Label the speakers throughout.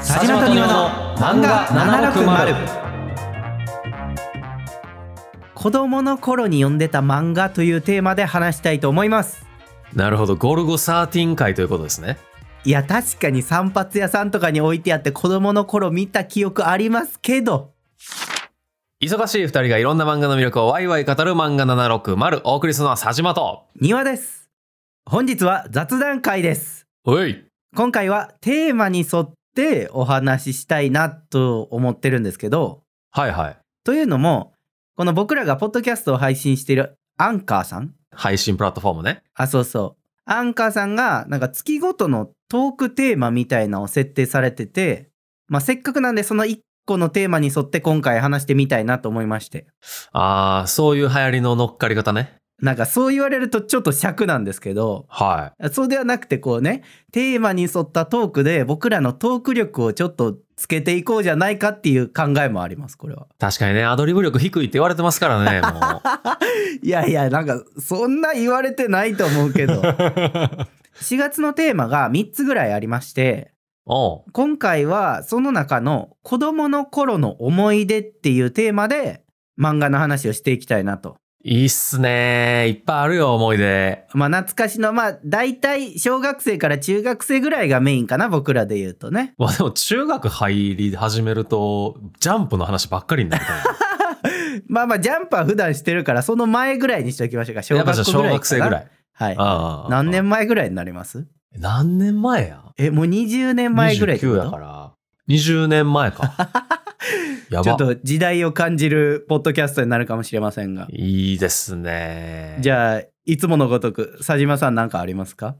Speaker 1: 佐島と庭の漫画760
Speaker 2: 子供の頃に読んでた漫画というテーマで話したいと思います
Speaker 1: なるほどゴルゴ13回ということですね
Speaker 2: いや確かに散髪屋さんとかに置いてあって子供の頃見た記憶ありますけど
Speaker 1: 忙しい二人がいろんな漫画の魅力をワイワイ語る漫画760お送りするのは佐島と
Speaker 2: 庭です本日は雑談会です
Speaker 1: おい
Speaker 2: 今回はテーマに沿ってお話ししたいなと思ってるんですけど
Speaker 1: はいはい
Speaker 2: というのもこの僕らがポッドキャストを配信しているアンカーさん
Speaker 1: 配信プラットフォームね
Speaker 2: あそうそうアンカーさんがなんか月ごとのトークテーマみたいなのを設定されてて、まあ、せっかくなんでその1個のテーマに沿って今回話してみたいなと思いまして
Speaker 1: あーそういう流行りの乗っかり方ね
Speaker 2: なんかそう言われるとちょっと尺なんですけど
Speaker 1: は
Speaker 2: そうではなくてこうねテーマに沿ったトークで僕らのトーク力をちょっとつけていこうじゃないかっていう考えもありますこれは。
Speaker 1: い確かにねアドリブ力低いって言われてますからねもう
Speaker 2: いやいやなんかそんな言われてないと思うけ ど 4月のテーマが3つぐらいありまして
Speaker 1: おう
Speaker 2: 今回はその中の子供の頃の思い出っていうテーマで漫画の話をしていきたいなと。
Speaker 1: いいっすねいっぱいあるよ思い出
Speaker 2: まあ懐かしのまあ大体小学生から中学生ぐらいがメインかな僕らで言うとね。
Speaker 1: まあでも中学入り始めるとジャンプの話ばっかりになると思う
Speaker 2: まあまあジャンプは普段してるからその前ぐらいにしておきましょう か小
Speaker 1: やっ
Speaker 2: 学
Speaker 1: ぱじゃあ
Speaker 2: 校
Speaker 1: 小
Speaker 2: ぐらい
Speaker 1: 学
Speaker 2: か
Speaker 1: 生
Speaker 2: な
Speaker 1: ぐらい。
Speaker 2: はい。
Speaker 1: ああ
Speaker 2: 何年前ぐらいになります
Speaker 1: 何年前や
Speaker 2: えもう20年前ぐらいってこ
Speaker 1: ?29
Speaker 2: と
Speaker 1: やから。20年前 か。や
Speaker 2: ちょっ
Speaker 1: ば。
Speaker 2: と時代を感じるポッドキャストになるかもしれませんが。
Speaker 1: いいですね。
Speaker 2: じ
Speaker 1: あ。
Speaker 2: ゃあいつものごとく佐島さんなんかありますか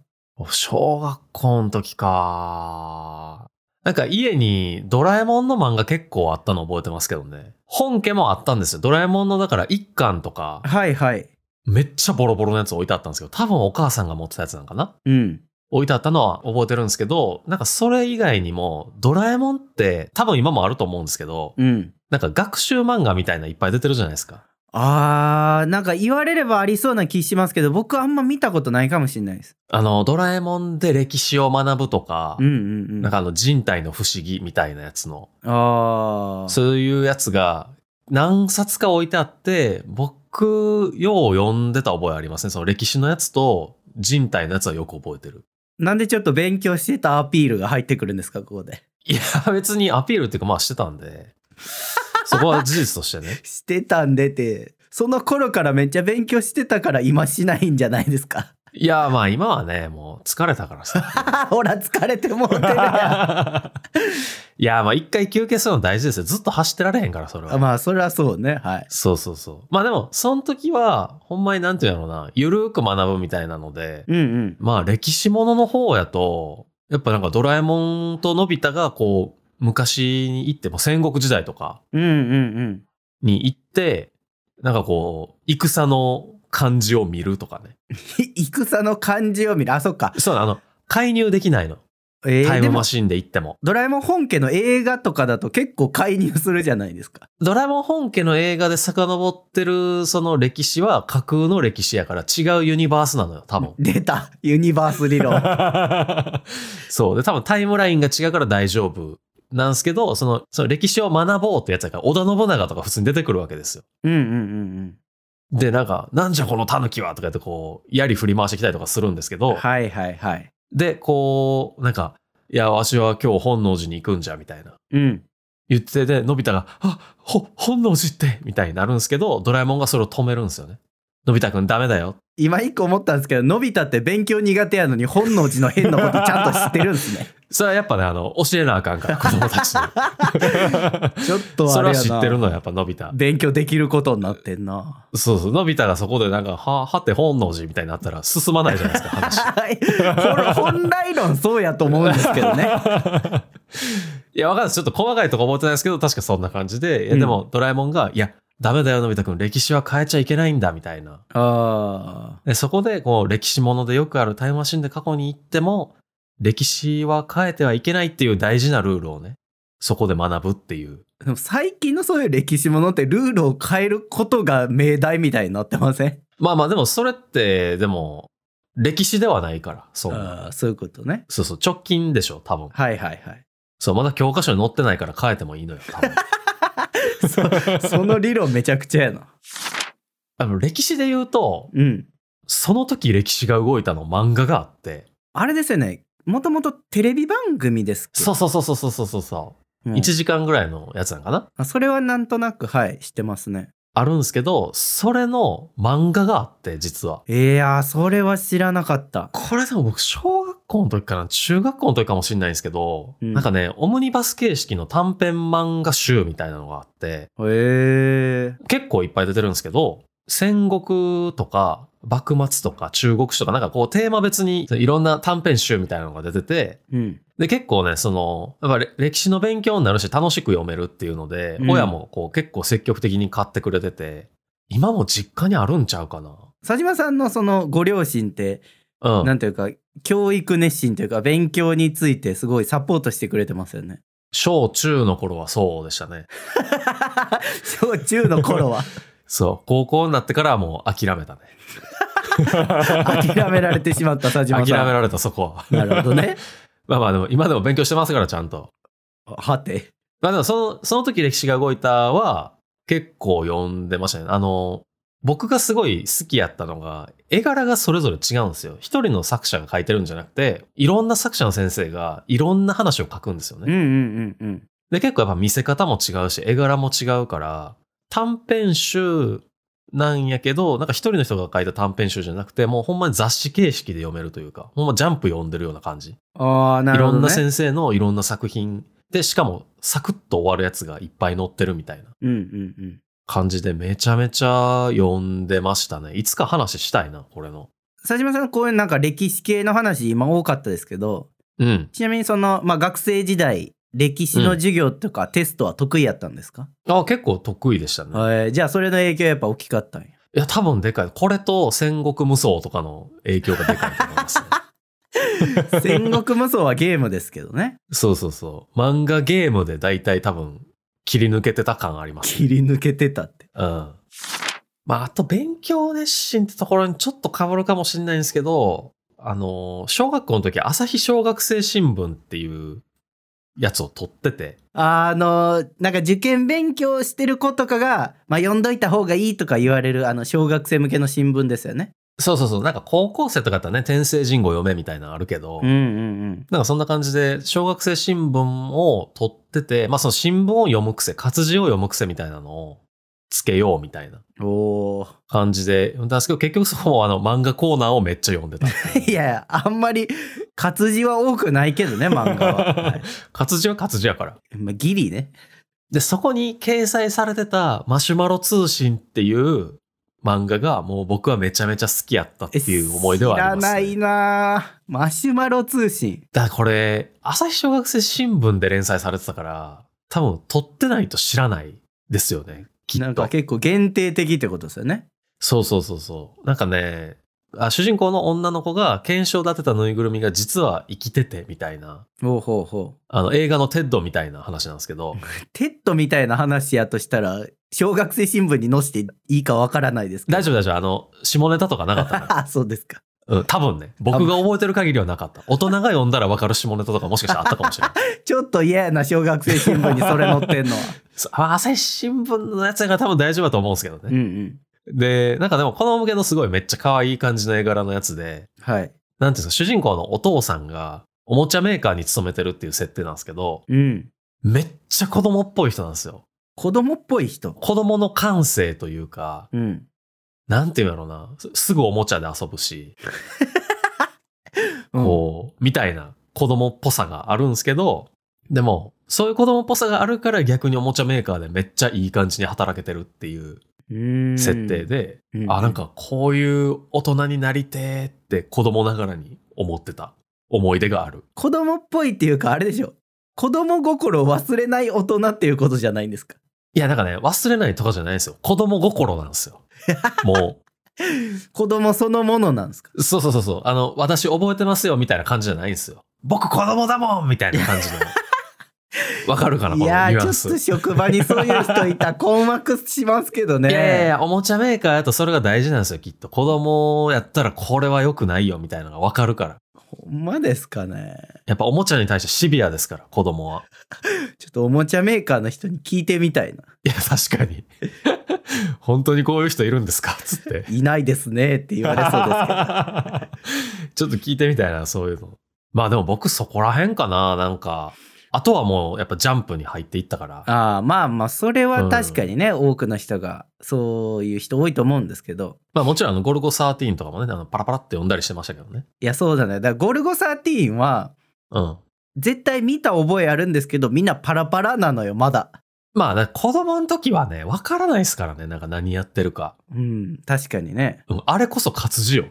Speaker 1: 小学校の時か。なんか家にドラえもんの漫画結構あったの覚えてますけどね。本家もあったんですよ。ドラえもんのだから一巻とか、
Speaker 2: はいはい。
Speaker 1: めっちゃボロボロのやつ置いてあったんですけど、多分お母さんが持ってたやつなんかな
Speaker 2: うん。
Speaker 1: 置いてあったのは覚えてるんですけど、なんかそれ以外にも、ドラえもんって多分今もあると思うんですけど、
Speaker 2: うん。
Speaker 1: なんか学習漫画みたいなのいっぱい出てるじゃないですか。
Speaker 2: あーなんか言われればありそうな気しますけど僕あんま見たことないかもしれないです。
Speaker 1: あの、ドラえもんで歴史を学ぶとか、
Speaker 2: うんうんうん。
Speaker 1: なんかあの人体の不思議みたいなやつの、
Speaker 2: あー
Speaker 1: そういうやつが何冊か置いてあって、僕、よう読んでた覚えありますね。その歴史のやつと人体のやつはよく覚えてる。
Speaker 2: なんでちょっと勉強してたアピールが入ってくるんですかここで。
Speaker 1: いや、別にアピールっていうかまあしてたんで、そこは事実とし てね。
Speaker 2: してたんでてその頃からめっちゃ勉強してたから今しないんじゃないですか。
Speaker 1: いや、まあ今はね、もう疲れたからさ。
Speaker 2: ほら疲れてもうてる や
Speaker 1: いや、まあ一回休憩するの大事ですよ。ずっと走ってられへんから、それ
Speaker 2: ん。
Speaker 1: は。
Speaker 2: まあそれはそうねはい。
Speaker 1: そうそうそう。まあでも、その時は、ほんまになんていうのな、ゆるーく学ぶみたいなので、
Speaker 2: うんうん。
Speaker 1: まあ歴史ものの方やと、やっぱなんかドラえもんとのび太がこう、昔に行って、もう戦国時代とか
Speaker 2: うんうんうん。
Speaker 1: に行って、なんかこう、戦の漢字を見るとかね。
Speaker 2: 戦の漢字を見るあそっか。
Speaker 1: そうなの、あの介入できないの。
Speaker 2: え
Speaker 1: タ
Speaker 2: ー、
Speaker 1: イ
Speaker 2: で
Speaker 1: ム
Speaker 2: も
Speaker 1: マシンで行っても。
Speaker 2: ドラえもん本家の映画とかだと結構介入するじゃないですか。
Speaker 1: ドラえもん本家の映画で遡ってるその歴史は架空の歴史やから違うユニバースなのよ、多分。
Speaker 2: 出たユニバース理論
Speaker 1: そう。で、多分タイムラインが違うから大丈夫なんですけど、その、その歴史を学ぼうってやつだから、織田信長とか普通に出てくるわけですよ。
Speaker 2: うんうんうん
Speaker 1: で、なんか、なんじゃこの狸はとか言ってこう、槍振り回してきたりとかするんですけ
Speaker 2: うん
Speaker 1: ど、
Speaker 2: はいはいはい
Speaker 1: で、こう、なんか、いや、わしは今日本能寺に行くんじゃ、みたいな。
Speaker 2: うん
Speaker 1: 言ってで、のび太が、あ、ほ、本能寺って、みたいになるんですけど、ドラえもんがそれを止めるんですよね。のび太くんダメだよ。
Speaker 2: 今一個思ったんですけどのび太って勉強苦手やのに本能寺の変のことちゃんと知ってるん ですね
Speaker 1: それはやっぱね、あの、教えなあかんから、子供 たちに。
Speaker 2: ちょっと
Speaker 1: そ
Speaker 2: あ
Speaker 1: れ
Speaker 2: れや
Speaker 1: は
Speaker 2: な
Speaker 1: 知ってるのよやっぱのび太。
Speaker 2: 勉強できることになってんな
Speaker 1: そうそう、のび太がそこでなんか、は、はて本能寺みたいになったら進まないじゃないですか、話。
Speaker 2: 本 本来論そうやと思うんですけどね
Speaker 1: いや、わかんないです。ちょっと細かいとこ覚えてないですけど、確かそんな感じで、いや、でも、ドラえもんが、いや、ダメだよ、のび太くん、歴史は変えちゃいけないんだ、みたいな。
Speaker 2: あ
Speaker 1: でそこで、こう、歴史ものでよくあるタイムマシンで過去に行っても、歴史は変えてはいけないっていう大事なルールをね、そこで学ぶっていう。
Speaker 2: ーでも最近のそういう歴史ものってルールを変えることが命題みたいになってません
Speaker 1: まあまあ、でも、それって、でも、歴史ではないから、そんな
Speaker 2: あーそういうことね
Speaker 1: そうそう、直近でしょ、多分。
Speaker 2: はいはいはい
Speaker 1: そう、まだ教科書に載ってないから変えてもいいのよ、多分
Speaker 2: そ の理論めちゃくちゃやな。
Speaker 1: あの、歴史で言うと、
Speaker 2: うん。
Speaker 1: その時歴史が動いたの漫画があって、
Speaker 2: あれですよね。もともとテレビ番組ですっけ
Speaker 1: そうそうそうそうそうそうそうう、
Speaker 2: ん
Speaker 1: 1時間ぐらいのやつなんかな
Speaker 2: あそれはなんとなく、はい、知ってますね。
Speaker 1: あるんですけど、それの漫画があって、実は。
Speaker 2: いやー、それは知らなかった。
Speaker 1: これでも僕、小学校の時かな、中学校の時かもしれないんですけど、
Speaker 2: うん
Speaker 1: なんかね、オムニバス形式の短編漫画集みたいなのがあって、
Speaker 2: へえ。
Speaker 1: 結構いっぱい出てるんですけど、戦国とか、幕末とか、中国史とか、なんかこう、テーマ別にいろんな短編集みたいなのが出てて、
Speaker 2: うん。
Speaker 1: で、結構ね、その、やっぱり歴史の勉強になるし、楽しく読めるっていうので、
Speaker 2: うん
Speaker 1: 親もこう、結構積極的に買ってくれてて、今も実家にあるんちゃうかな。
Speaker 2: 佐島さんのそのご両親って、
Speaker 1: うん。
Speaker 2: なんというか、教育熱心というか、勉強についてすごいサポートしてくれてますよ ね。
Speaker 1: 小中の頃はそうでしたね。
Speaker 2: 小中の頃は
Speaker 1: そう。高校になってからはもう諦めたね。
Speaker 2: 諦められてしまった佐島さ
Speaker 1: 諦
Speaker 2: ん。
Speaker 1: められた、そこは。
Speaker 2: なるほどね。
Speaker 1: まあまあ、でも今でも勉強してますから、ちゃんと。
Speaker 2: はて。
Speaker 1: まあでも、その、その時歴史が動いたは、結構読んでましたね。あの、僕がすごい好きやったのが、絵柄がそれぞれ違うんですよ。一人の作者が書いてるんじゃなくて、いろんな作者の先生がいろんな話を書くんですよね。
Speaker 2: うんうんうんうん。
Speaker 1: で、結構やっぱ見せ方も違うし、絵柄も違うから、短編集なんやけど、なんか一人の人が書いた短編集じゃなくて、もうほんまに雑誌形式で読めるというか、ほんまジャンプ読んでるような感じ。
Speaker 2: ああ、ないる
Speaker 1: ろ
Speaker 2: ほど、ね。
Speaker 1: んな先生のいろんな作品で、しかもサクッと終わるやつがいっぱい載ってるみたいな
Speaker 2: うんうんうん。
Speaker 1: 感じで、めちゃめちゃ読んでましたね。いつか話したいな、これの。
Speaker 2: 佐島さん、こういうなんか歴史系の話、今多かったですけど、
Speaker 1: うん。
Speaker 2: ちなみにその、まあ、学生時代、歴史の授業とかテストは得意やったんですか、
Speaker 1: あ結構得意でしたね。
Speaker 2: えーじゃあそれの影響やっぱ大きか ったんや。
Speaker 1: いや、多分でかい。これと戦国無双とかの影響がでかいと思 いますね、
Speaker 2: 戦国無双はゲームですけどね。
Speaker 1: そうそうそう。漫画ゲームで大体多分切り抜けてた感あります。
Speaker 2: 切り抜けてたって。
Speaker 1: うん。まあ、あと勉強熱心ってところにちょっと変わるかもしれないんですけど、あの、小学校の時、朝日小学生新聞っていうやつを取ってて、
Speaker 2: あの、なんか受験勉強してる子とかが、まあ、読んどいた方がいいとか言われる、あの、小学生向けの新聞ですよね。
Speaker 1: そうそうそう、なんか高校生とかだったらね、天聖人語読めみたいなのあるけど、
Speaker 2: うんうん
Speaker 1: なんかそんな感じで、小学生新聞を取ってて、まあその新聞を読む癖、活字を読む癖みたいなのをつけようみたいな。
Speaker 2: うん。おー。
Speaker 1: 感じで読んだんですけど、結局そう、あの、漫画コーナーをめっちゃ読んで た。
Speaker 2: いやいや、あんまり活字は多くないけどね、漫画は。 はい
Speaker 1: 活字は活字やから。
Speaker 2: まあ、ギリね。
Speaker 1: で、そこに掲載されてたマシュマロ通信っていう漫画がもう僕はめちゃめちゃ好きやったっていう思い出はあり
Speaker 2: 知
Speaker 1: ます、ね。
Speaker 2: らないなあマシュマロ通信。
Speaker 1: だからこれ、朝日小学生新聞で連載されてたから、多分撮ってないと知らないですよね。き
Speaker 2: な
Speaker 1: っ
Speaker 2: ん
Speaker 1: と
Speaker 2: か。結構限定的ってことですよね。
Speaker 1: そうそうそうそう。なんかね、あ主人公の女の子が検証立てたぬいぐるみが実は生きててみたいな
Speaker 2: ほうほうほ
Speaker 1: あの映画のテッドみたいな話なんです けど、
Speaker 2: う。テッドみたいな話やとしたら、小学生新聞に載せていいかわからないですけど。
Speaker 1: 大丈夫大丈夫、あの、下ネタとかなかったか
Speaker 2: あ、 そうですか。
Speaker 1: ら。うん、多分ね、僕が覚えてる限りはなか った。大人が読んだら分かる下ネタとかもしかしたらあったかもしれない。
Speaker 2: ちょっと嫌やな、小学生新聞にそれ載ってんのは。
Speaker 1: そうあ朝日新聞のやつやから多分大丈夫だと思うんですけど
Speaker 2: うんう
Speaker 1: ね。
Speaker 2: ん。
Speaker 1: で、なんかでも子供向けのすごいめっちゃ可愛い感じの絵柄のやつで、
Speaker 2: はい。
Speaker 1: なんていうんですか、主人公のお父さんがおもちゃメーカーに勤めてるっていう設定なんですけど、
Speaker 2: うん。
Speaker 1: めっちゃ子供っぽい人なんですよ。
Speaker 2: 子供っぽい人。
Speaker 1: 子供の感性というか、
Speaker 2: うん。
Speaker 1: なんていうんやろうな、すすぐおもちゃで遊ぶし、
Speaker 2: うん
Speaker 1: こう、みたいな子供っぽさがあるんですけど、でも、そういう子供っぽさがあるから逆におもちゃメーカーでめっちゃいい感じに働けてるっていう
Speaker 2: うーん
Speaker 1: 設定。で、
Speaker 2: う
Speaker 1: あ、なん。かこういう大人になりてーって子供ながらに思ってた思い出がある。
Speaker 2: 子供っぽいっていうか、あれでしょ。子供心を忘れない大人っていうことじゃないんですか。
Speaker 1: いや、なんかね、忘れないとかじゃないんですよ。子供心なんで すよ。も
Speaker 2: 子供そのものなんですか。
Speaker 1: う、そうそうそうそう、あの、私覚えてますよみたいな感じじゃないんですよ。僕子供だもんみたいな感じ の。わかるかなこの
Speaker 2: い
Speaker 1: ニ
Speaker 2: や
Speaker 1: ュア
Speaker 2: ー
Speaker 1: ン
Speaker 2: ち
Speaker 1: ス。
Speaker 2: ょっと職場にそういう人い たら困惑しますけどね
Speaker 1: いやいやいや、おもちゃメーカーだとそれが大事なんですよ、きっと。子供やったらこれは良くないよ、みたいなのがわかるから。
Speaker 2: ほんまですかね。
Speaker 1: やっぱおもちゃに対してシビアですから、子供は。
Speaker 2: ちょっとおもちゃメーカーの人に聞いてみたいな。
Speaker 1: いや、確かに。 本当にこういう人いるんですかつって。
Speaker 2: いないですねって言われそ うですけど。
Speaker 1: ちょっと聞いてみたいな、そういうの。まあでも僕そこら辺かな、なんか。あとはもうやっぱジャンプに入っていったから。
Speaker 2: ああまあまあそれは確かにね、多くの人がそういう人多いと思うんですけど
Speaker 1: まあもちろんあのゴルゴ13とかもね、あのパラパラって読んだりしてましたけどね。
Speaker 2: いやそうじゃないだからゴルゴ13は
Speaker 1: うん。
Speaker 2: 絶対見た覚えあるんですけどみんなパラパラなのよまだ
Speaker 1: まあね、子供の時はね、わからないですからね、なんか何やってるか。
Speaker 2: うん確かにね
Speaker 1: うん、あれこそ活字よ。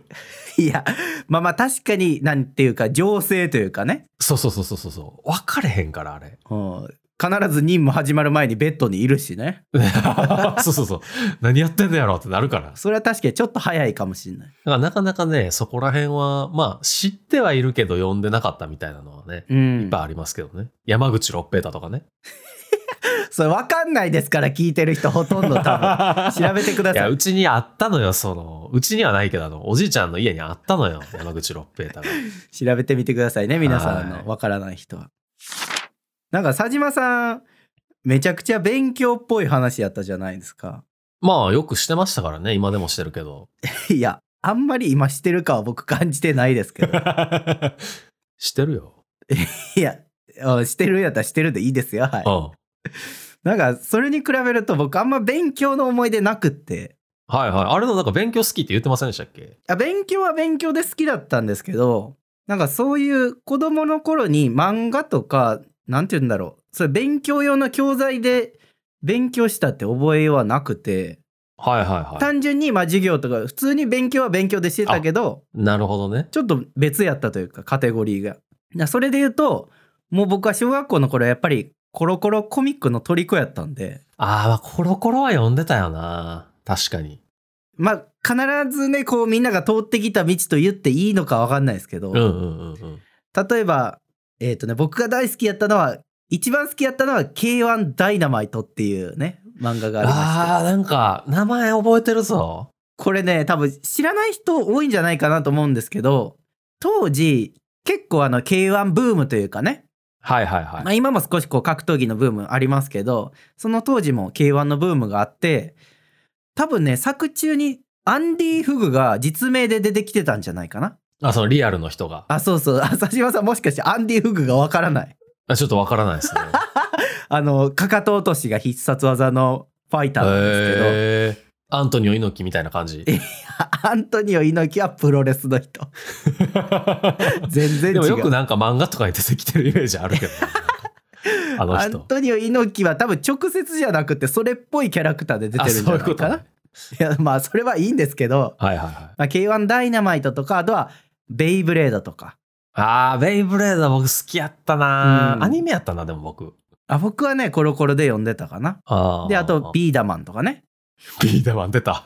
Speaker 2: いやまあまあ確かになんていうか情勢というかね、
Speaker 1: そうそうそうそうそうそう。分かれへんから、あ れ。
Speaker 2: うん、必ず任務始まる前にベッドにいるしね
Speaker 1: そうそうそう。何やってんのやろってなるから。だか
Speaker 2: それは確かにちょっと早いかもしれない
Speaker 1: らなかなかね、そこら辺は、まあ、知ってはいるけど読んでなかったみたいなのはね、
Speaker 2: うん
Speaker 1: いっぱいありますけどね。山口六平太とか ね。
Speaker 2: それ分かんないですから聞いてる人ほとんど多 分調べてくだ
Speaker 1: いや、
Speaker 2: さいう
Speaker 1: ちにあったのよ、その、うちにはないけど、あの、おじいちゃんの家にあったのよ、山口六平太が。
Speaker 2: 調べてみてくださいね皆さんあ
Speaker 1: はい
Speaker 2: のわからない人はなんか佐島さんめちゃくちゃ勉強っぽい話やったじゃないですか
Speaker 1: まあ、よくしてましたからね、今でもしてるけ ど。
Speaker 2: いやあんまり今してるかは僕感じてないです けど
Speaker 1: してるよ。
Speaker 2: いやあしてるんやったらしてるでいいですよはい
Speaker 1: うん。
Speaker 2: なんかそれに比べると僕あんま勉強の思い出なくって
Speaker 1: はいはい。あれのなんか勉強好きって言ってませんでしたっけ
Speaker 2: あ勉強は勉強で好きだったんですけどなんかそういう子供の頃に漫画とかなんて言うんだろうそれ勉強用の教材で勉強したって覚えはなくて
Speaker 1: はいはいはい。
Speaker 2: 単純にまあ授業とか普通に勉強は勉強でしてたけど
Speaker 1: なるほどね。
Speaker 2: ちょっと別やったというかカテゴリーが。なそれで言うともう僕は小学校の頃はやっぱりコロコロコミックの虜やったんで
Speaker 1: あーまあ、コロコロは読んでたよな。確かに。
Speaker 2: まあ必ずねこうみんなが通ってきた道と言っていいのか分かんないですけど、
Speaker 1: うんうんうんうん。
Speaker 2: 例えばえっ、とね僕が大好きやったのは一番好きやったのは K1 ダイナマイトっていうね漫画がありまして
Speaker 1: ああー、なんか、名前覚えてるぞ。
Speaker 2: これね多分知らない人多いんじゃないかなと思うんですけど当時結構あの K1 ブームというかね、
Speaker 1: はいはいはい。
Speaker 2: まあ、今も少しこう格闘技のブームありますけどその当時も K1 のブームがあって多分ね作中にアンディ・フグが実名で出てきてたんじゃないかな
Speaker 1: あ、そのリアルの人が。
Speaker 2: あそうそう浅島さんもしかしてアンディ・フグがわからない
Speaker 1: あちょっとわからないです ね。
Speaker 2: あのかかと落としが必殺技のファイターなんですけど、
Speaker 1: へーアントニオ猪木みたいな感じ。 で
Speaker 2: アントニオ猪木はプロレスの人全然違う
Speaker 1: もよくなんか漫画とかに出てきてるイメージある けどな。あの
Speaker 2: アン
Speaker 1: 人。
Speaker 2: トニオ猪木は多分直接じゃなくてそれっぽいキャラクターで出てるんじゃ
Speaker 1: あそうい
Speaker 2: な
Speaker 1: うこ
Speaker 2: い
Speaker 1: と
Speaker 2: かな
Speaker 1: ね
Speaker 2: いやまあそれはいいんですけど、
Speaker 1: はいはいはい。
Speaker 2: まあ、K1 ダイナマイトとかあとはベイブレードとか
Speaker 1: ああ、ベイブレード僕好きやったな、
Speaker 2: うん
Speaker 1: アニメやったな、でも僕。
Speaker 2: あ僕はねコロコロで読んでたかな
Speaker 1: あー
Speaker 2: であと、ビーダマンとかね
Speaker 1: ビーダマン 出た。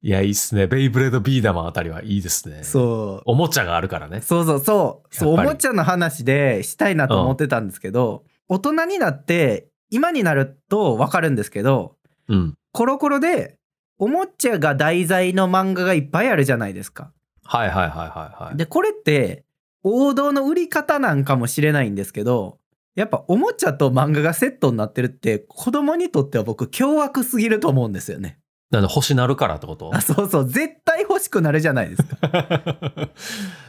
Speaker 1: いや、いいっすね。ベイブレードビーダマンあたりはいいですね。
Speaker 2: そう
Speaker 1: おもちゃがあるからね。
Speaker 2: そうそうそうそうお
Speaker 1: やっぱり
Speaker 2: もちゃの話でしたいなと思ってたんですけど、大人になって今になると分かるんですけど
Speaker 1: うん。
Speaker 2: コロコロでおもちゃが題材の漫画がいっぱいあるじゃないですか。
Speaker 1: はいはいはいはいはい。
Speaker 2: でこれって王道の売り方なんかもしれないんですけどやっぱおもちゃと漫画がセットになってるって子供にとっては僕凶悪すぎると思うんですよね。
Speaker 1: なんで星なるからってこと
Speaker 2: あそうそう絶対欲しくなるじゃないです か。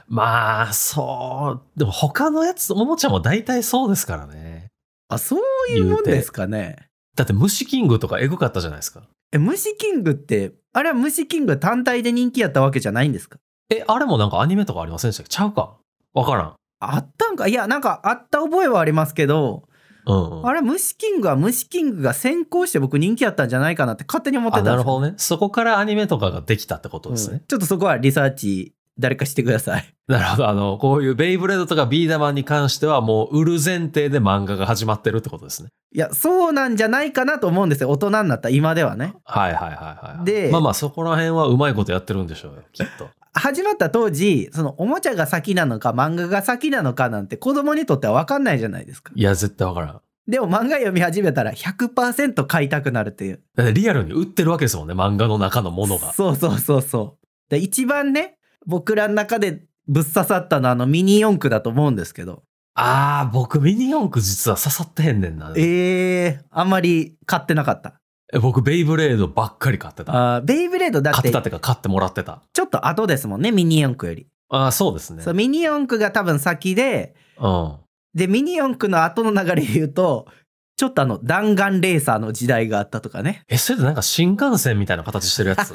Speaker 1: まあ、そう。でも他のやつ、おもちゃも大体そうですからね。
Speaker 2: あそういうもんですかね。
Speaker 1: だって虫キングとかエグかったじゃないですか。
Speaker 2: え虫キングってあれは虫キング単体で人気やったわけじゃないんですか
Speaker 1: え、あれもなんかアニメとかありませんでしたっけちゃうかわからん。
Speaker 2: あったんかいやなんかあった覚えはありますけど
Speaker 1: うん、うん。
Speaker 2: あれ虫キングは虫キングが先行して僕人気やったんじゃないかなって勝手に思ってた
Speaker 1: あ
Speaker 2: んです
Speaker 1: なる
Speaker 2: よ
Speaker 1: ほどね。そこからアニメとかができたってことです
Speaker 2: うん
Speaker 1: ね。
Speaker 2: ちょっとそこはリサーチ誰かしてください
Speaker 1: なるほど。あの、こういうベイブレードとかビーダマンに関してはもう売る前提で漫画が始まってるってことですね。
Speaker 2: いやそうなんじゃないかなと思うんですよ大人になった今ではね
Speaker 1: はいはいはいはい。
Speaker 2: で
Speaker 1: まあまあそこら辺はうまいことやってるんでし ょうよ、きっと。
Speaker 2: 始まった当時そのおもちゃが先なのか漫画が先なのかなんて子供にとっては分かんないじゃないですか
Speaker 1: いや、絶対わからん。
Speaker 2: でも漫画読み始めたら100%買いたくなるっていう
Speaker 1: だってリアルに売ってるわけですもんね、漫画の中のものが。
Speaker 2: そうそうそうそうで一番ね僕らの中でぶっ刺さったのはあのミニ四駆だと思うんですけど
Speaker 1: ああ、僕ミニ四駆実は刺さってへんねんな。
Speaker 2: え
Speaker 1: え
Speaker 2: ー、あんまり買ってなかった
Speaker 1: 僕ベイブレードばっかり買ってた。
Speaker 2: あーベイブレードだ
Speaker 1: 買
Speaker 2: っ
Speaker 1: って
Speaker 2: て
Speaker 1: たってか買ってもらってた。
Speaker 2: ちょっと後ですもんねミニ四駆より、
Speaker 1: ああ、そうですね。
Speaker 2: そう
Speaker 1: うん。
Speaker 2: ミニ四駆が多分先ででミニ四駆の後の流れで言うとちょっとあの弾丸レーサーの時代があったとかね
Speaker 1: え、それでなんか新幹線みたいな形してる やつ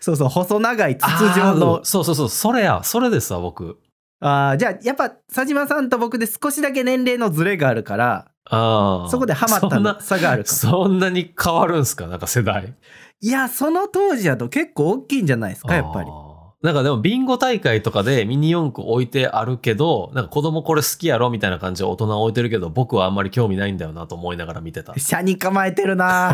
Speaker 2: そうそう細長い筒状
Speaker 1: あー
Speaker 2: の
Speaker 1: うんそうそうそう、それや、それですわ、僕。
Speaker 2: あーじゃあやっぱ佐島さんと僕で少しだけ年齢のズレがあるから
Speaker 1: ああ。
Speaker 2: そこでハマった
Speaker 1: そんな
Speaker 2: の、差があるかも
Speaker 1: そんなに変わるんすかなんか世代。
Speaker 2: いやその当時だと結構大きいんじゃないですかやっぱり
Speaker 1: あー。なんかでもビンゴ大会とかでミニ四駆置いてあるけど、なんか子供これ好きやろみたいな感じで大人は置いてるけど、僕はあんまり興味ないんだよなと思いながら見てた。
Speaker 2: 車に構えてる な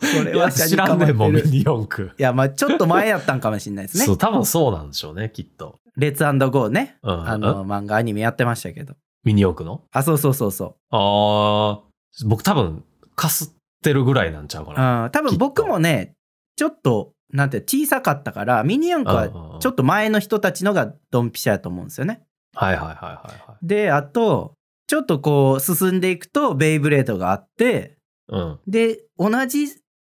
Speaker 2: それ
Speaker 1: れ
Speaker 2: は
Speaker 1: 知らんねんもん、
Speaker 2: 車に構え
Speaker 1: ミ
Speaker 2: てる
Speaker 1: ニ四駆。
Speaker 2: いやまあちょっと前やったんかもしれないですね
Speaker 1: そう、多分そうなんでしょうね、きっと。
Speaker 2: レッツゴーね
Speaker 1: うん、
Speaker 2: あ
Speaker 1: ん
Speaker 2: の漫画アニメやってましたけど
Speaker 1: ミニ四駆の
Speaker 2: あそうそうそうそ
Speaker 1: ああ、僕多分、かすってるぐらいなんちゃうか
Speaker 2: う、う
Speaker 1: な。
Speaker 2: ん、多分僕もねちょっとなんて小さかったからミニ四駆はちょっ
Speaker 1: と。
Speaker 2: と前の人たちのがドンピシャやと思うんですよね
Speaker 1: はいはいはいはいはい。
Speaker 2: であとちょっとこう進んでいくとベイブレードがあって
Speaker 1: うん。
Speaker 2: で同じ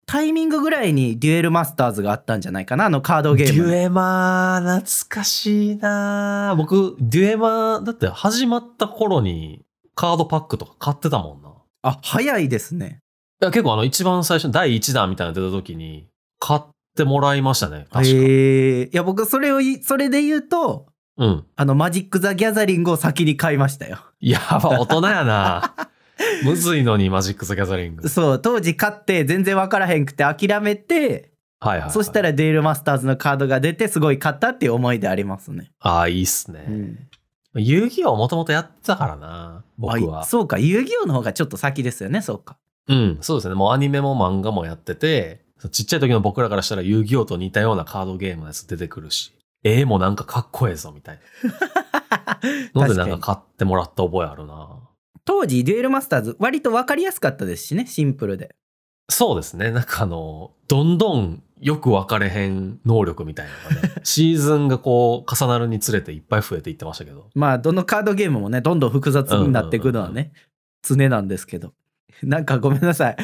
Speaker 2: タイミングぐらいにデュエルマスターズがあったんじゃないかなあのカードゲ
Speaker 1: デ
Speaker 2: ーム
Speaker 1: ュ
Speaker 2: の
Speaker 1: エマー、懐かしいなー僕、デュエマー、だって始まった頃にカードパックとか買ってたもんな。い
Speaker 2: あ早いですね
Speaker 1: や結構あの一番最初の第1弾みたいなの出た時に買ってもらいましたね。確か。
Speaker 2: へえいや僕それをいそれで言うと
Speaker 1: うん。
Speaker 2: あのマジック・ザ・ギャザリングを先に買いましたよ
Speaker 1: やば、大人やな むずいのに、マジック・ザ・ギャザリング。
Speaker 2: そう当時買って全然分からへんくて諦めて
Speaker 1: はいはい、はい。
Speaker 2: そした
Speaker 1: ら。
Speaker 2: らデュエルマスターズのカードが出てすごい買ったっていう思いでありますね、
Speaker 1: ああ、いいっす
Speaker 2: う
Speaker 1: ね。
Speaker 2: ん、
Speaker 1: 遊戯王もともとやってたからな、僕
Speaker 2: あ
Speaker 1: は。
Speaker 2: そうか遊戯王の方がちょっと先ですよねそうか
Speaker 1: うん、そうですね。もうアニメも漫画もやってて、そうちっちゃい時の僕らからしたら遊戯王と似たようなカードゲームのやつ出てくるし、絵もなんかかっこええぞみたい な。のでなんか買ってもらった覚えあるな。
Speaker 2: 当時デュエルマスターズ割と分かりやすかったですしねシンプルで
Speaker 1: そうですね。なんかあの、どんどんよく分かれへん能力みたいなの がね、シーズンがこう重なるにつれていっぱい増えていってましたけど。
Speaker 2: まあどのカードゲームもねどんどん複雑になっていくのはね常なんですけどなんかごめんなさい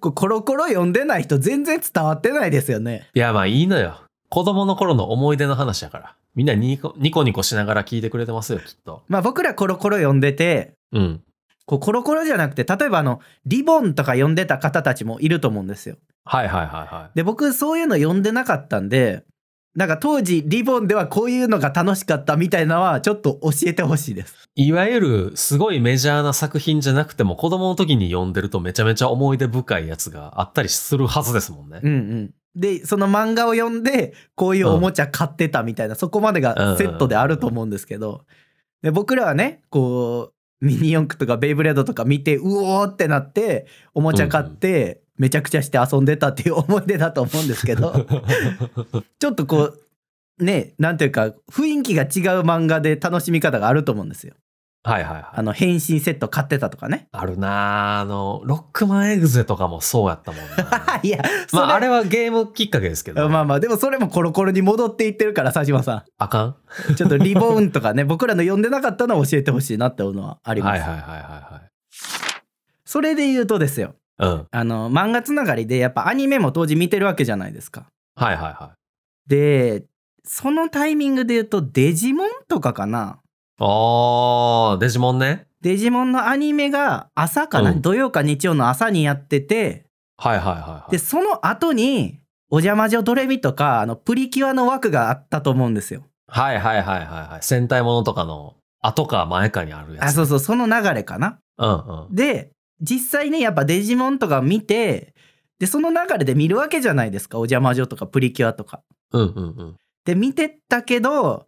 Speaker 2: こうコロコロ読んでない人全然伝わってないですよね
Speaker 1: いや、まあいいのよ。子供の頃の思い出の話やから。みんなニコニコニコしながら聞いてくれてますよ、きっと。
Speaker 2: まあ僕らコロコロ読んでて
Speaker 1: うん。
Speaker 2: こうコロコロじゃなくて例えばあのリボンとか読んでた方たちもいると思うんですよ
Speaker 1: はいはいはいはい。
Speaker 2: で僕そういうの読んでなかったんでなんか当時リボンではこういうのが楽しかったみたいなのはちょっと教えてほしいです
Speaker 1: いわゆるすごいメジャーな作品じゃなくても子供の時に読んでるとめちゃめちゃ思い出深いやつがあったりするはずですもんね。
Speaker 2: うんうんでその漫画を読んでこういうおもちゃ買ってたみたいな、そこまでがセットであると思うんですけどで僕らはねこうミニ四駆とかベイブレードとか見てうおーってなっておもちゃ買ってめちゃくちゃして遊んでたっていう思い出だと思うんです けどちょっとこうねなんていうか雰囲気が違う漫画で楽しみ方があると思うんですよ。
Speaker 1: はいはいは
Speaker 2: あ
Speaker 1: い。
Speaker 2: の変身セット買ってたとかね。
Speaker 1: あるなああの、ロックマンエグゼとかも そうやったもんな。
Speaker 2: いやそ
Speaker 1: ま
Speaker 2: れ,、
Speaker 1: ああれはゲームきっかけですけど。
Speaker 2: まあまあでもそれもコロコロに戻っていってるから佐島さん。
Speaker 1: あかん
Speaker 2: ちょっとリボーンとかね、僕らの読んでなかったのを教えてほしいなって思うのはあります。
Speaker 1: はいはいはいは
Speaker 2: それで言うとですよ、
Speaker 1: いはい。うん。
Speaker 2: あの、漫画つながりでやっぱアニメも当時見てるわけじゃないですか。
Speaker 1: はいはいはい。
Speaker 2: で、そのタイミングで言うとデジモンとかかな。
Speaker 1: あー、デジモンね。
Speaker 2: デジモンのアニメが朝かな、
Speaker 1: うん
Speaker 2: 土曜か日曜の朝にやってて、
Speaker 1: はいはいはい、は
Speaker 2: で、
Speaker 1: い。
Speaker 2: その後に、お邪魔女ドレミとか、あの、プリキュアの枠があったと思うんですよ。
Speaker 1: はいはいはいはいはい。戦隊ものとかの後か前かにあるやつ。
Speaker 2: あ、そうそう、その流れかな。
Speaker 1: うんうん。
Speaker 2: で実際ねやっぱデジモンとか見てでその流れで見るわけじゃないですか「お邪魔女」とか「プリキュア」とか。
Speaker 1: うんうんうん。
Speaker 2: で見てたけど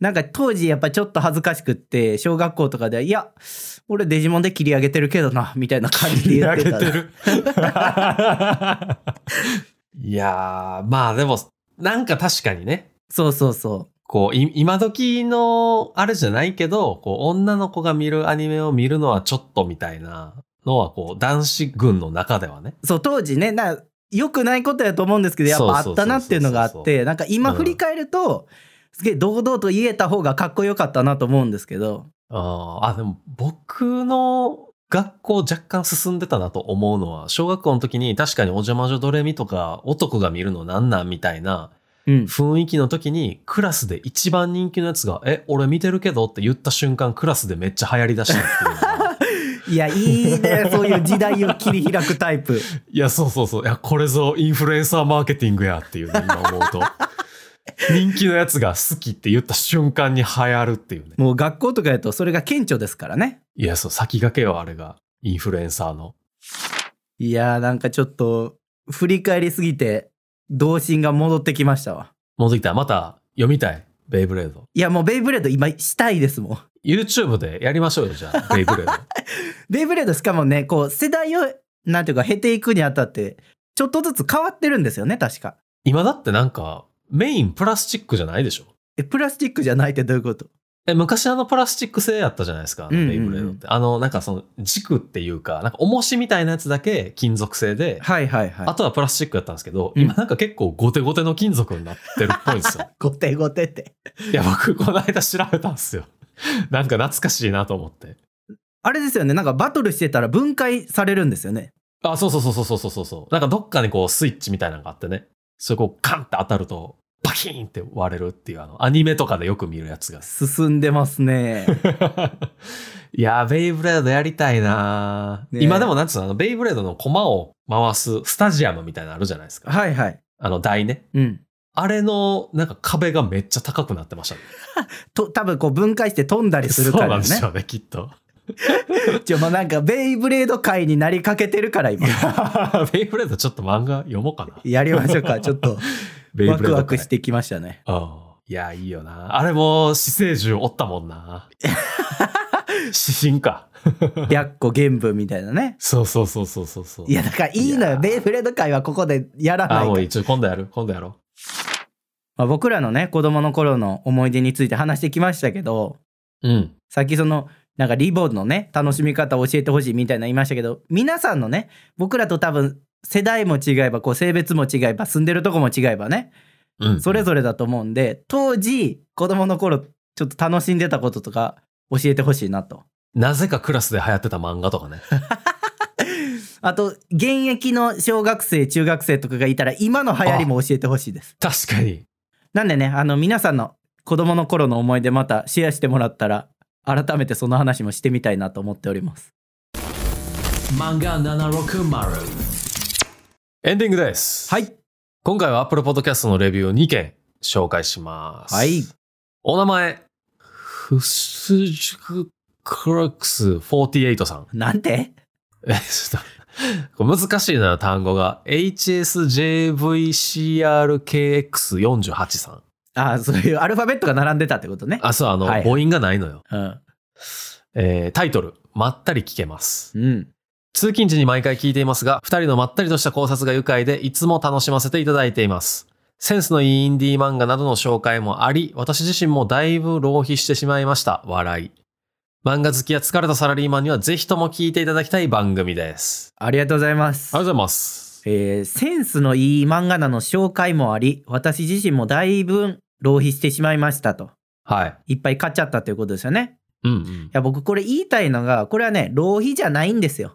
Speaker 2: なんか当時やっぱちょっと恥ずかしくって小学校とかでは「いや俺デジモンで切り上げてるけどな」みたいな感じで言ってた
Speaker 1: 切り上げるいやーまあでもなんか確かにね
Speaker 2: そうそうそ
Speaker 1: こうい今時のあれじゃないけどこう女の子が見るアニメを見るのはちょっとみたいなのはこう男子軍の中ではね
Speaker 2: うそう当時ねなよくないことやと思うんですけどやっぱあ
Speaker 1: そ
Speaker 2: っ
Speaker 1: うそうそう
Speaker 2: た
Speaker 1: そう
Speaker 2: なっていうのがあ
Speaker 1: そ
Speaker 2: っ
Speaker 1: うそう
Speaker 2: てなんか今
Speaker 1: うん
Speaker 2: 振り返ると、すげえ堂々と言えた方がかっこよかったなと思うんですけど
Speaker 1: あーあ、でも僕の学校若干進んでたなと思うのは、小学校の時に確かにお邪魔女ドレミとか男が見るのなんなんみたいな
Speaker 2: うん
Speaker 1: 雰囲気の時にクラスで一番人気のやつが、え、俺見てるけどって言った瞬間クラスでめっちゃ流行りだしたっていうのが
Speaker 2: いやいいねそういう時代を切り開くタイプ
Speaker 1: いや、そうそうそう。いや、これぞインフルエンサーマーケティングやっていうね、今思うと。人気のやつが好きって言った瞬間に流行るっていうね。
Speaker 2: もう学校とかやとそれが顕著ですからね
Speaker 1: いや、そう、先駆けよ、あれが。インフルエンサーの。
Speaker 2: いやーなんかちょっと振り返りすぎて童心が戻ってきましたわ
Speaker 1: 戻ってきた。また読みたい。ベイブレード。
Speaker 2: いやもうベイブレード今したいですもん
Speaker 1: YouTube でやりましょうよ、じゃあ。ベイブレード。
Speaker 2: ベイブレードしかもねこう世代をなんていうか経ていくにあたってちょっとずつ変わってるんですよね確か
Speaker 1: 今だってなんか、メインプラスチックじゃないでしょ。
Speaker 2: えプラスチックじゃないってどういうこと
Speaker 1: え、昔あのプラスチック製やったじゃないですか、あ
Speaker 2: うんうん
Speaker 1: の
Speaker 2: うん
Speaker 1: ベイブレードって。あの、なんかその軸っていうか、なんか重しみたいなやつだけ金属製で、
Speaker 2: はいはいはい
Speaker 1: あとはプラスチックやったんですけど、
Speaker 2: うん
Speaker 1: 今なんか結構ゴテゴテの金属になってるっぽいんで すよ。
Speaker 2: ゴテゴテって
Speaker 1: いや、僕この間調べたんですよ。なんか懐かしいなと思って。
Speaker 2: あれですよねなんかバトルしてたら分解されるんですよね
Speaker 1: あ、そうそうそうそうそうそうそう。なんかどっかにこうスイッチみたいなのがあってね。それこうカンって当たると、バキーンって割れるっていうあの、アニメとかでよく見るやつが。
Speaker 2: 進んでます ね
Speaker 1: いやー、ベイブレードやりたいなー、
Speaker 2: ねえ
Speaker 1: 今でもなんつうの、あのベイブレードの駒を回すスタジアムみたいなのあるじゃないですか。
Speaker 2: はいはい
Speaker 1: あの台ね。
Speaker 2: うん
Speaker 1: あれの、なんか壁がめっちゃ高くなってましたね。
Speaker 2: と多分こう分解して飛んだりする
Speaker 1: そ
Speaker 2: か
Speaker 1: うな
Speaker 2: ら
Speaker 1: ん
Speaker 2: ね
Speaker 1: でしょうね、きっと。
Speaker 2: ちょまあなんかベイブレード界になりかけてるから今
Speaker 1: ベイブレードちょっと漫画読もうかな。
Speaker 2: やりましょうかちょっ と
Speaker 1: ベイ
Speaker 2: ワ
Speaker 1: ブレード
Speaker 2: クワク
Speaker 1: から
Speaker 2: してきましたね
Speaker 1: うんいや、いいよな。あれも、死生獣おったもんな。死神か。
Speaker 2: 100個原文みたいなね
Speaker 1: そうそうそうそうそうそう。
Speaker 2: いやだからいいの
Speaker 1: いや
Speaker 2: よ
Speaker 1: ー
Speaker 2: ベイブレード界はここでやらな
Speaker 1: あ、
Speaker 2: い
Speaker 1: も
Speaker 2: と
Speaker 1: う一応今度やる。今度やろ
Speaker 2: まあ、僕らのね子供の頃の思い出について話してきましたけど
Speaker 1: う。うん。
Speaker 2: さっきそのなんかリボンのね楽しみ方を教えてほしいみたいなの言いましたけど皆さんのね僕らと多分世代も違えばこう性別も違えば住んでるとこも違えばね
Speaker 1: うん。
Speaker 2: それぞれだと思うんで当時子供の頃ちょっと楽しんでたこととか教えてほしいなと
Speaker 1: なぜかクラスで流行ってた漫画とかね。
Speaker 2: あと現役の小学生中学生とかがいたら今の流行りも教えてほしいです
Speaker 1: 確かに。
Speaker 2: なんでねあの皆さんの子供の頃の思い出またシェアしてもらったら改めてその話もしてみたいなと思っております
Speaker 1: 漫画760。エンディングです。
Speaker 2: はい。
Speaker 1: 今回は Apple Podcast のレビューを2件紹介します。
Speaker 2: はい。
Speaker 1: お名前、フスジククラックス48さん。
Speaker 2: なんて
Speaker 1: え、ちょっと、これ難しいな、単語が。HSJVCRKX48 さん。
Speaker 2: ああそういうアルファベットが並んでたってことね
Speaker 1: あ、そう、あの、
Speaker 2: はい
Speaker 1: 母音がないのよ。
Speaker 2: うん
Speaker 1: えータイトル、まったり聞けます。
Speaker 2: うん
Speaker 1: 通勤時に毎回聞いていますが、二人のまったりとした考察が愉快で、いつも楽しませていただいています。センスのいいインディー漫画などの紹介もあり、私自身もだいぶ浪費してしまいました。笑い。漫画好きや疲れたサラリーマンにはぜひとも聞いていただきたい番組です。
Speaker 2: ありがとうございます
Speaker 1: ありがとうございます。
Speaker 2: えーセンスのいい漫画なの紹介もあり私自身もだいぶ浪費してしまいましたと
Speaker 1: は
Speaker 2: い
Speaker 1: い。
Speaker 2: っぱい買っちゃったということですよね
Speaker 1: うん、うん
Speaker 2: い。や僕これ言いたいのがこれはね浪費じゃないんですよ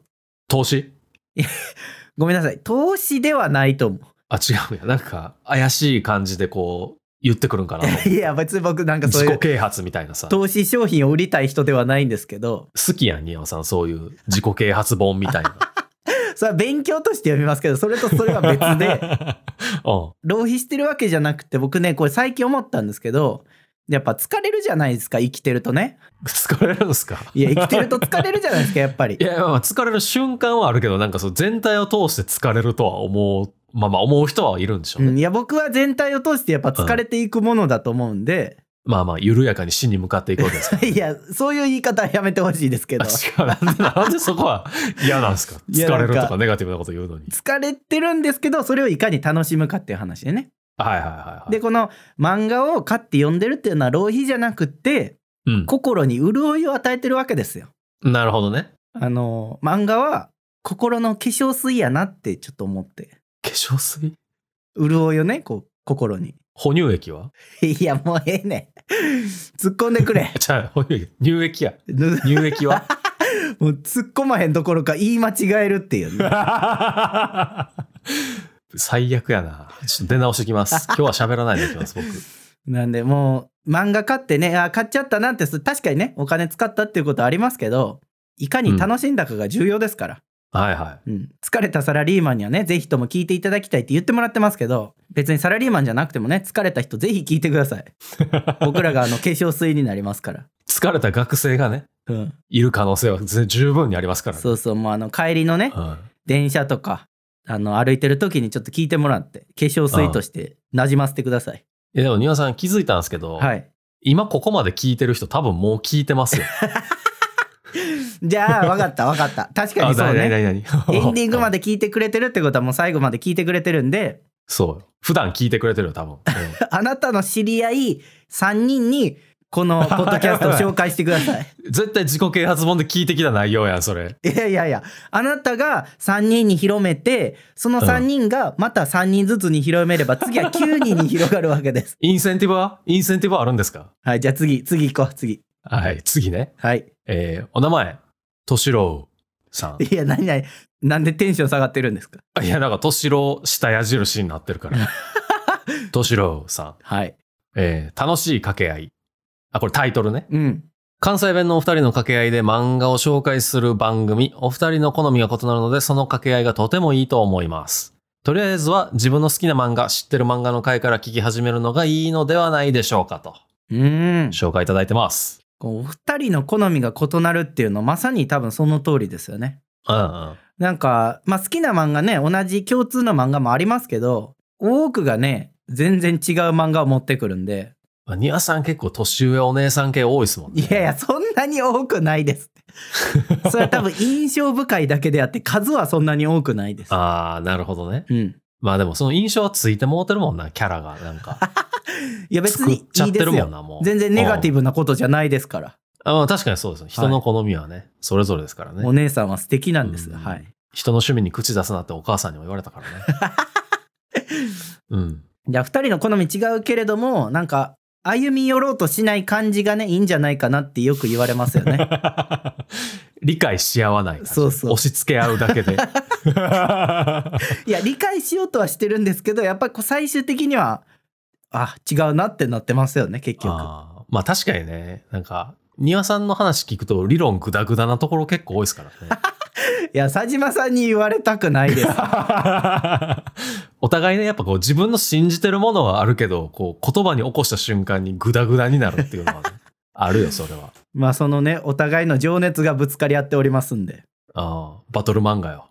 Speaker 1: 投資
Speaker 2: ごめんなさい投資ではないと思
Speaker 1: あ、違うや。なんか、怪しい感じでこう、言ってくるんかなと思っ
Speaker 2: う
Speaker 1: て。
Speaker 2: いや別に僕なんかそう
Speaker 1: 自
Speaker 2: いう
Speaker 1: 己啓発みたいなさ。
Speaker 2: 投資商品を売りたい人ではないんですけど
Speaker 1: 好きやん、ニオさん。そういう自己啓発本みたいな。
Speaker 2: それは勉強として読みますけどそれとそれは別 で
Speaker 1: うん。
Speaker 2: 浪費してるわけじゃなくて僕ねこれ最近思ったんですけどやっぱ疲れるじゃないですか生きてるとね
Speaker 1: 疲れるんすか
Speaker 2: いや生きてると疲れるじゃないですかやっぱり
Speaker 1: いや、まあ疲れる瞬間はあるけど、なんかそう、全体を通して疲れるとは思う、まあまあ思う人はいるんでしょう
Speaker 2: う
Speaker 1: ね。
Speaker 2: ん、いや僕は全体を通してやっぱ疲れていくものだと思うんで、
Speaker 1: まあまあ、緩やかに死に向かっていくわけですか ら
Speaker 2: いやそういう言い方はやめてほしいですけど
Speaker 1: あ違うなんで、 なんでそこは嫌なんです か
Speaker 2: い
Speaker 1: 疲
Speaker 2: やなん
Speaker 1: れ
Speaker 2: か
Speaker 1: るとかネガティブなこと言うのに。
Speaker 2: 疲れてるんですけどそれをいかに楽しむかっていう話でね、
Speaker 1: はいはいはい、はい。
Speaker 2: でこの漫画を買って読んでるっていうのは浪費じゃなくって
Speaker 1: う
Speaker 2: 心に潤いを与えてるわけですよ
Speaker 1: ん。なるほどね。
Speaker 2: あの漫画は心の化粧水やなってちょっと思って
Speaker 1: 化粧水
Speaker 2: 潤いをねこう心に
Speaker 1: 哺乳液は
Speaker 2: いや、もうええねん。突っ込んでく れ。
Speaker 1: じゃあ、哺乳液。乳液や。
Speaker 2: ぬ
Speaker 1: 乳液は
Speaker 2: もう突っ込まへんどころか言い間違えるっていうね、
Speaker 1: 最悪やな。ちょっと出直してきます。今日は喋らないでいきます、僕。
Speaker 2: なんでもう漫画買ってね、あ買っちゃったなんてそう確かにね、お金使ったっていうことありますけど、いかに楽しんだかが重要ですから。
Speaker 1: はいは
Speaker 2: うん、疲れたサラリーマンにはね、ぜひとも聞いていただきたいって言ってもらってますけど、別にサラリーマンじゃなくてもね、疲れた人ぜひ聞いてください。 僕らがあ の化粧水になりますから。
Speaker 1: い。疲れた学生がね、
Speaker 2: うん、
Speaker 1: いる可能性は全十分にありますからね。
Speaker 2: そうそう、もうあの帰りのね、
Speaker 1: うん
Speaker 2: 電車とか、あの歩いてる時にちょっと聞いてもらって、化粧水としてなじませてください。
Speaker 1: いやでも、庭さん気づいたんですけど、
Speaker 2: はい。
Speaker 1: 今ここまで聞いてる人多分もう聞い てますよ。
Speaker 2: じゃあ、わかったわかった。確かにそうね。
Speaker 1: なに なに
Speaker 2: エンディングま
Speaker 1: で。
Speaker 2: で聞いてくれてるってことはもう最後まで聞いてくれてるんで、
Speaker 1: そうよ。普段聞いてくれてるよ、多分。
Speaker 2: あなたの知り合い3人にこのポッドキャストを紹介してください。
Speaker 1: うん絶対自己啓発本で聞いてきた内容やん、それ。
Speaker 2: いやいやいや、あなたが3人に広めて、その3人がまた3人ずつに広めれば、次は9人に広がるわけです。
Speaker 1: インセンティブはインセンティブはあるんですか
Speaker 2: はい、じゃあ次、次行こう、次。
Speaker 1: はい、次ね。
Speaker 2: はい。
Speaker 1: えー、お名前、としろうさ ん。
Speaker 2: いや、何々、なんでテンション下がってるんですか
Speaker 1: いや、なんか、としろう下矢印になって るから。としろうさん。
Speaker 2: はい。
Speaker 1: えー、楽しい掛け合い。あ、これタイトルね。
Speaker 2: うん。
Speaker 1: 関西弁のお二人の掛け合いで漫画を紹介する番組、お二人の好みが異なるので、その掛け合いがとてもいいと思います。とりあえずは自分の好きな漫画、知ってる漫画の回から聞き始めるのがいいのではないでしょうかと、
Speaker 2: うーん。
Speaker 1: 紹介いただいてます。
Speaker 2: こうお二人の好みが異なるっていうの、まさに多分その通りですよね。
Speaker 1: うんうん。
Speaker 2: なんか、まあ、好きな漫画ね、同じ共通の漫画もありますけど、多くがね、全然違う漫画を持ってくるんで、
Speaker 1: まあ、ニアさん結構年上お姉さん系多いですもんね。
Speaker 2: いやいや、そんなに多くないです って。それは多分印象深いだけであって、数はそんなに多くないです。
Speaker 1: ああ、なるほどね。
Speaker 2: うん。
Speaker 1: まあでもその印象はついてもうてるもんな、キャラが。なんか。
Speaker 2: いや、別に
Speaker 1: 作っちゃ
Speaker 2: い
Speaker 1: っ
Speaker 2: い
Speaker 1: て
Speaker 2: です
Speaker 1: るもん
Speaker 2: よ。
Speaker 1: な、もう。
Speaker 2: 全然ネガティ
Speaker 1: ブ。
Speaker 2: ブなことじゃないですから。
Speaker 1: あまあ確かにそうですね。人の好みはね、それぞれですからね。
Speaker 2: お姉さんは素敵なんです。
Speaker 1: うん
Speaker 2: はい。
Speaker 1: 人の趣味に口出すなってお母さんにも言われたからね。うん。
Speaker 2: じゃあ、二人の好み違うけれども、なんか、歩み寄ろうとしない感じがね、いいんじゃないかなってよく言われますよね。
Speaker 1: 理解し合わない感じ。
Speaker 2: そうそう
Speaker 1: 押し付け合うだ けで。
Speaker 2: いや理解しようとはしてるんですけどやっぱりこう最終的にはあ違うなってなってますよね結局
Speaker 1: あーまあ確かにね、なんか、庭さんの話聞くと理論グダグダなところ結構多いですから
Speaker 2: いや佐島さんに言われたくない です
Speaker 1: ね。お互いね、やっぱこう自分の信じてるものはあるけど、こう言葉に起こした瞬間にグダグダになるっていうのはね、あるよ、それは。
Speaker 2: まあそのねお互いの情熱がぶつかり合っておりますんで
Speaker 1: あーバトル漫画よ。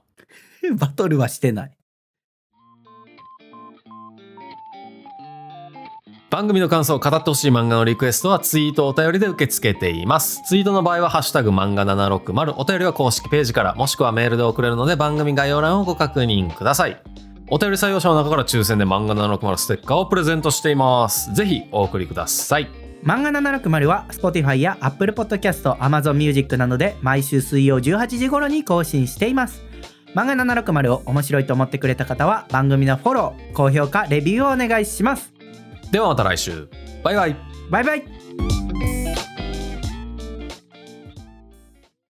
Speaker 2: バトルはしてない
Speaker 1: 番組の感想を語ってほしい漫画のリクエストはツイートお便りで受け付けています。ツイートの場合はハッシュタグ漫画760、お便りは公式ページから、もしくはメールで送れるので番組概要欄をご確認ください。お便り採用者の中から抽選で漫画760ステッカーをプレゼントしています。ぜひお送りください。
Speaker 2: 漫画760は Spotify や Apple Podcast、Amazon Music などで毎週水曜18時頃に更新しています。漫画760を面白いと思ってくれた方は番組のフォロー、高評価、レビューをお願いします。
Speaker 1: ではまた来週。バイバイ。
Speaker 2: バイバイ